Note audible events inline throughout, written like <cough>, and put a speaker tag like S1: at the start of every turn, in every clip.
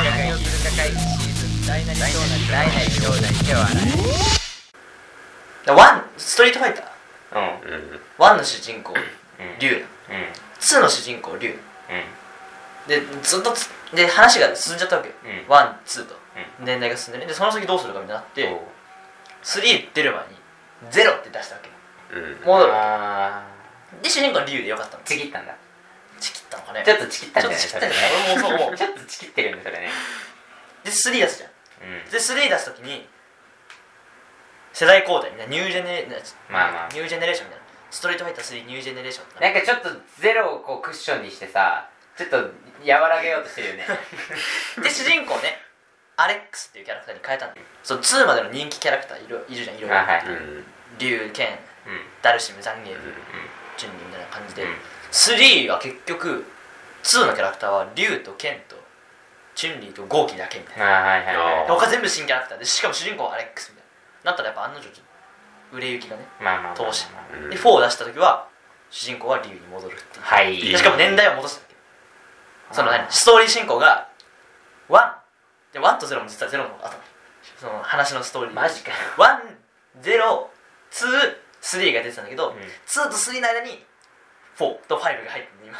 S1: 第1シーズン大なり小なり
S2: 大なり小なり手を洗
S1: ワンストリートファイター
S2: うんうん
S3: うん
S1: ワンの主人公
S2: うん
S1: 竜
S2: うん
S1: ツーの主人公竜でずっとつで話が進んじゃったわけよ
S2: うん
S1: ワンツーと年代が進んでねでその先どうするかみたいになっ
S2: うん
S1: てスリー出る前にゼロって出したわけよ
S3: うん
S1: 戻る
S2: あ
S1: で主人公は竜でよかったん
S2: ー
S1: です
S2: ち
S1: よ
S2: ぎったんだ
S1: ちぎったのかね
S2: ちょっとちぎったんじゃない
S1: ちょっとちぎったんじゃない俺
S2: それ
S1: もそう思う
S2: ちょっとちぎってるんだそれね
S1: でスリー出すじゃん
S2: うん
S1: でスリー出す時に世代交代みたいなニュージェネレ
S2: まあまあ
S1: ニュージェネレーションみたいなストリートファイター3ニュージェネレーションってな
S2: なんかちょっとゼロをこうクッションにしてさちょっと和らげようとしてるよね
S1: で主人公ねアレックスっていうキャラクターに変えたんだよその2までの人気キャラクターいるいるじゃんいろいろ
S2: あはい
S3: うん
S1: 竜剣
S2: うん
S1: ダルシムザンゲームチュンリーみたいな感じで、3は結局2のキャラクターは竜と剣とチュンリーとゴーキだけみたい
S2: あはいはい
S1: な
S2: は
S1: 他全部新キャラクターでしかも主人公はアレックスみたいななったらやっぱ案の定ちょっと売れ行きがね
S2: いまあまあまあまあ
S1: 通して
S3: うん
S1: で4を出した時は主人公は竜に戻るっていう
S2: はい
S1: でしかも年代を戻すだけその何ストーリー進行が1で1と0も実は0の方が後その話のストーリー
S2: マジかよ
S1: 103が出てたんだけど、
S2: うん
S1: 2と3の間に4と5が入ってる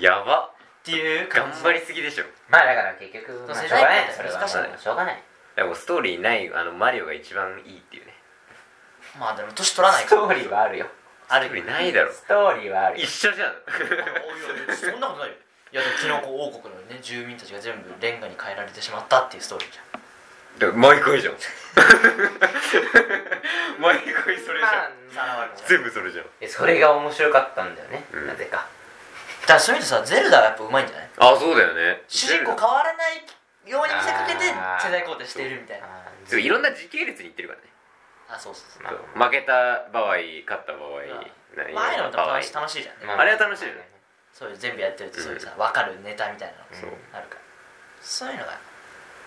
S1: 今っ
S3: やば
S1: ていう
S3: 頑
S1: 感じ
S3: 張りすぎでしょ
S2: まあだから結局まあ
S1: 世
S2: しょうがない
S1: 代
S2: ね
S1: 交代難しいよね
S2: それはもうしょうがない
S3: でもストーリーないあのマリオが一番いいっていうね
S1: まあでも年取らない
S2: ス
S1: から
S2: トーリーはあるよ
S1: あ
S3: スト
S1: る
S3: ーリーないだろ
S2: ストーリーはあるよ
S3: 一緒 <laughs> じゃん
S1: おいおいそんなことないよいやでもキノコ王国のね住民たちが全部レンガに変えられてしまったっていうストーリーじゃん
S3: だから毎回じゃん <laughs> 毎回それじゃん
S2: まあまあまあ
S3: 全部それじゃん
S2: えそれが面白かったんだよね、
S3: うん
S2: なぜか
S1: だからそういう意味でさゼルダはやっぱうまいんじゃない
S3: あそうだよね
S1: 主人公変わらないように見せかけて世代交代しているみたいな
S2: あー
S3: そういろんな時系列に行ってるからね
S1: あそうそうそう
S2: まあ
S3: 負けた場合勝った場合
S1: うん
S3: 何
S1: 前のも
S3: 場合
S1: 楽し楽しいじゃんね、
S2: ま
S3: あれは楽しいよね
S1: そういう全部やってるとそういうさ分かるネタみたいなの
S2: そう
S1: あるからそういうのが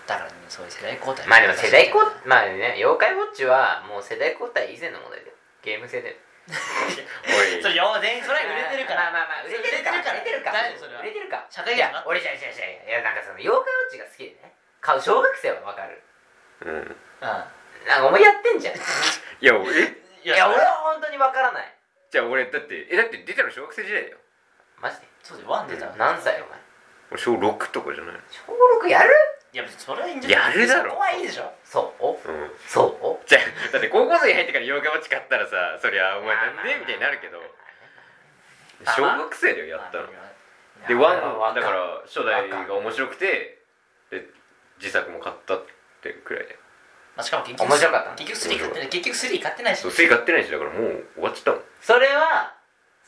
S1: だからねそういう世代交代
S2: まあでも世代交まあね妖怪ウォッチはもう世代交代以前の問題だよゲーム性で
S3: おい
S1: それよ全員それは売れてるから
S2: まあまあまあ売れてるから
S1: 売
S2: 売
S1: れ
S2: れ
S1: て
S2: て
S1: る
S2: る
S1: か
S2: からら
S1: 大丈夫それは
S2: 売れてるか
S1: 社会人
S2: いや俺じゃんじゃんじゃんいやなんかその妖怪ウォッチが好きでね買う小学生はわかる
S3: うん
S1: う
S2: なんかお前やってんじゃんい
S3: いや俺え
S1: んい
S2: や俺
S1: それ
S2: は本当にわからない
S3: じゃあ俺だってえだって出たの小学生時代だよ
S2: マジで
S1: そうだよワン出た
S2: 何歳お前
S3: 俺小6とかじゃない
S2: 小6やる
S1: いや別にそれはいいんじゃない
S3: やるだろ
S1: そこはいいでしょ
S2: そう
S3: うん
S2: そう
S3: じゃあだって高校生に入ってから妖怪ウォッチ買ったらさそりゃお前なんでみたいになるけど小学生だよやったので
S2: わ
S3: ワン
S2: かるわかる
S3: だから初代が面白くてで自作も買ったってくらいだよ
S1: まあ、しかも結局
S2: 面白かったね
S1: 結局スリー買ってない結局スリー買ってないし
S3: そう水買ってないしだからもう終わっちゃったもん
S2: それは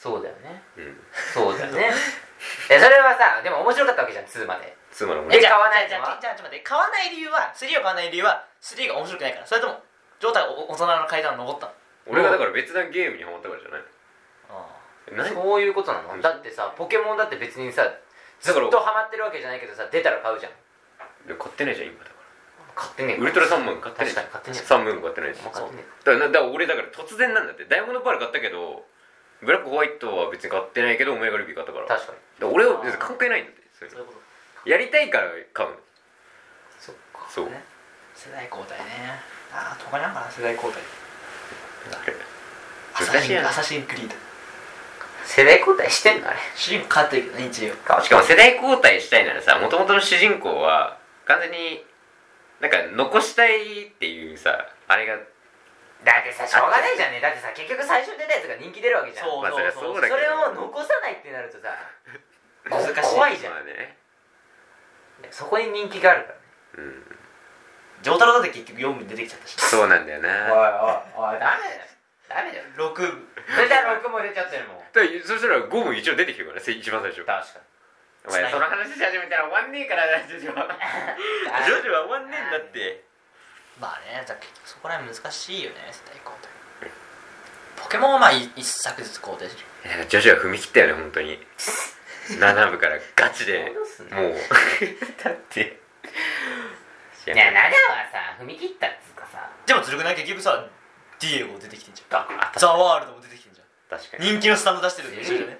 S2: そうだよね
S3: うん
S2: そうだよね <laughs> いやそれはさでも面白かったわけじゃん2まで
S3: 妻のも
S2: え
S1: じゃあ
S2: 買わない
S1: じゃあ
S2: のは
S1: じゃあじゃあちょっと待って買わない理由はスリーを買わない理由はスリーが面白くないからそれとも状態お大人の階段を登ったの
S3: 俺がだから別なゲームにハマったからじゃないの何
S2: そういうことなのだってさポケモンだって別にさずっと
S3: だから
S2: ハマってるわけじゃないけどさ出たら買うじゃん
S3: で買ってないじゃん今だか
S2: 買ってねえ
S3: ら
S2: か
S3: ウルトラサンムーン買ってない
S2: 確
S3: じ
S2: か
S3: ゃ
S2: に買っ
S3: ん
S2: てねえか
S3: サンムーン買ってないし
S2: もう買ってね
S3: だからなだから俺だから突然なんだってダイヤモンドパール買ったけどブラックホワイトは別に買ってないけどオメガルビー買ったから
S2: えか確かに
S3: だから俺は別に関係ないんだってそういう
S1: そういうこと
S3: のやりたいから買うの
S2: そっか
S3: そう
S1: ね世代交代ねああとかなんかな世代交代アサ
S3: 難し
S1: シ
S3: い
S1: ン
S3: よね
S1: アサシンクリード
S2: 世代交代してんのあれ
S1: 主人公変わってるけどね一応
S3: しかも世代交代したいならさもともとの主人公は完全になんか残したいっていうさあれが
S2: だってさしょうがないじゃんねだってさ結局最初に出たやつが人気出るわけじゃん
S1: そう
S3: まあそりゃそうだけど
S2: それを残さないってなると
S3: <laughs>
S2: さ
S1: 難しい
S2: 怖いじゃん
S3: まあね
S2: そこに人気があるからね
S3: うん
S1: ジョータロだって結局4部に出てきちゃったし
S3: そうなんだよ
S2: お
S3: ない
S2: おいおいダメだよダメだよ
S1: 6部
S2: それじゃあ6も出ちゃってるもん
S3: だからそしたらゴム一応出てきてるからねせ一番最初
S2: 確かに
S3: お前その話し始めたら終わんねえからなジョジョはジョジョは終わんねえんだって
S1: まあねだから結局そこら辺難しいよね世代交代ポケモンはまあい一作ずつ交代してる
S3: いやジョジョは踏み切ったよね本当に7部からガチで
S2: 戻すね
S3: もう <laughs> だ <laughs> って
S2: いや長はさ踏み切ったっつうかさ
S1: でもずるくない結局さディエゴ出てきてんじゃん
S3: だから
S1: ザ・ワールドも出てきてんじゃん
S3: 確かに
S1: 人気のスタンド出してるでしょね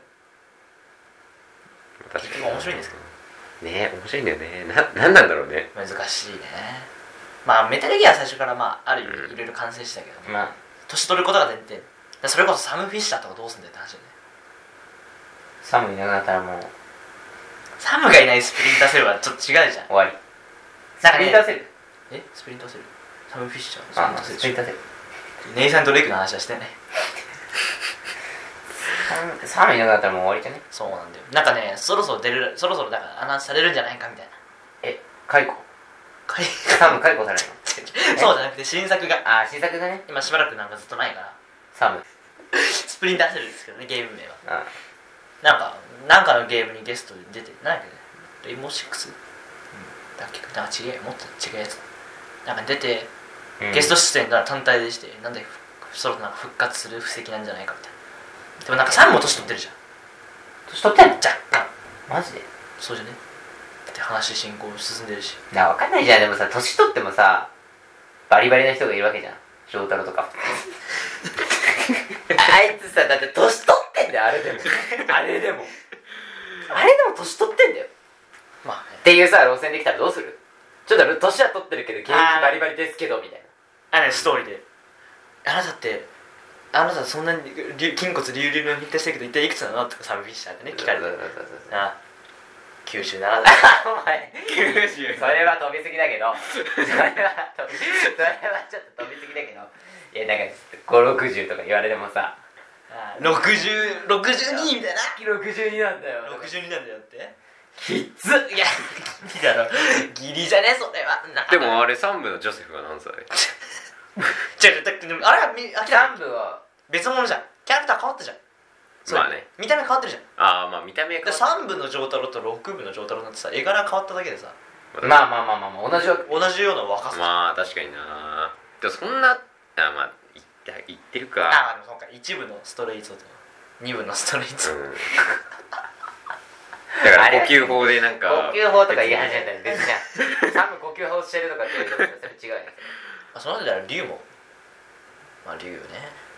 S3: 確か
S1: 結
S3: に
S1: 局面白いんですけど
S3: ね面白いんだよねななんなんだろうね
S1: 難しいねまあメタルギアは最初からまあある意
S3: うん
S1: 味いろいろ完成してたけど、
S2: まあ
S1: 年取ることが前提だからそれこそサム・フィッシャーとかどうすんだよって話だよね
S2: サムいなくなったらもう
S1: サムがいないスプリンターセルはちょっと違うじゃん
S2: 終わり
S1: なんかね
S2: スプリンターセル
S1: えスプリンターセルサム・フィッシャースプリン
S2: あ
S1: ターセル
S2: ス
S1: でし
S2: プリンタ
S1: ょ
S2: ーセル
S1: ネイサン・ドレイクの話はしてね
S2: サムサムいなくなったらもう終わりじゃね
S1: そうなんだよなんかねそろそろ出るそろそろだからアナウンスされるんじゃないかみ
S2: <laughs>
S1: たいな
S2: え解雇
S1: これ
S2: サム解雇されるの
S1: そうじゃなくて新作が
S2: ああ新作だね
S1: 今しばらくなんかずっとないから
S2: サム
S1: スプリンターセルですけどねゲーム名は
S2: あ
S1: なんかなんかのゲームにゲストに出てなんだっけレインボーシックス、うん、だっけなんか違えもっと違うやつなんか出て
S2: うん
S1: ゲスト出演が単体でして、なんでそろそろなんか復活する布石なんじゃないかみたいなでもなんか3も年取ってるじゃん
S2: 年取ってんの
S1: 若干
S2: マジで
S1: そうじゃねって話進行進んでるし
S2: なわかんないじゃんでもさ年取ってもさバリバリな人がいるわけじゃん翔太郎 <laughs> とかあいつさだって年取ってんだよあれでもあれでもあれでも年取ってんだよ
S1: まあね
S2: っていうさ路線できたらどうするちょっと年は取ってるけど現役
S1: あー
S2: バリバリですけどみたい
S1: あれストーリーであなたってあなたそんなにりゅ筋骨隆々の引退したけど一体いくつなのとかサムフィッシャーでね
S2: な
S1: 聞かれ
S2: そう
S1: て
S2: そうそうそう
S1: なあ97だ <laughs>
S2: お前それは飛びすぎだけどそれは飛びそれはちょっと飛びすぎだけどいやなんか560とか言われてもさ
S1: 6062みたいな
S2: 62なんだよ
S1: 62なんだよって
S2: きつ
S1: ずっいやギリだろギリじゃねそれはな
S3: でもあれ3部のジョセフは何歳
S1: 違う違うだってでもあれはみ明らかに
S2: 3部は
S1: 別物じゃんキャラクター変わったじゃん <laughs> そう
S3: まあね
S1: 見た目変わってるじゃん
S3: ああまあ見た目
S1: で
S3: か
S1: 3部の丈太郎と6部の丈太郎なんてさ絵柄変わっただけでさ
S2: まあまあまあまあ、まあ、同じわけ
S1: 同じような若さじゃん
S3: まあ確かになでもそんなあまあ言った言ってるか
S1: ああでもそうか一部のストレイツと二部のストレイツ、
S3: うんだから呼吸法でなんか
S2: 呼吸法とか言い始めたら別じ <laughs> ゃんサム呼吸法してるとかって言われてもそれ違うよね
S1: あその後だから竜もまあ竜よね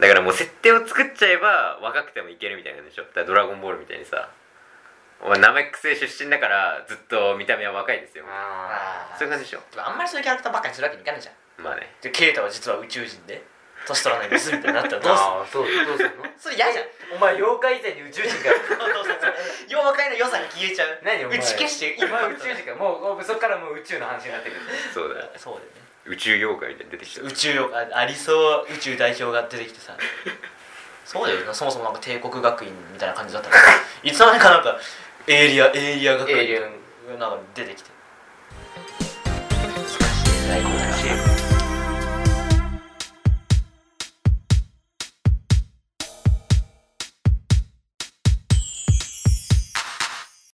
S3: だからもう設定を作っちゃえば若くてもいけるみたいなんでしょだからドラゴンボールみたいにさお前ナメック星出身だからずっと見た目は若いですよ
S2: あ
S3: そういう感じでしょ
S1: でもあんまりそういうキャラクターばっかにするわけにいかないじゃん
S3: まあね
S1: でケイタは実は宇宙人で年取らないんですみたいになったらどうす
S2: あそうどうするの
S1: んのそれ嫌じゃん
S2: お前妖怪以前に宇宙人か
S1: 妖怪の良さが消えちゃう
S2: 何お前
S1: 打ち消して
S2: お前宇宙人かもうそっからもう宇宙の話になってくる
S3: そうだ
S1: そうだよね
S3: 宇宙妖怪みたいに出てきちゃう
S1: 宇宙よあありそう宇宙代表が出てきてさそうだよなそもそもなんか帝国学院みたいな感じだったからいつの間にかなんかエイリアエイリア学院
S2: エイリアン
S1: なんか出てきて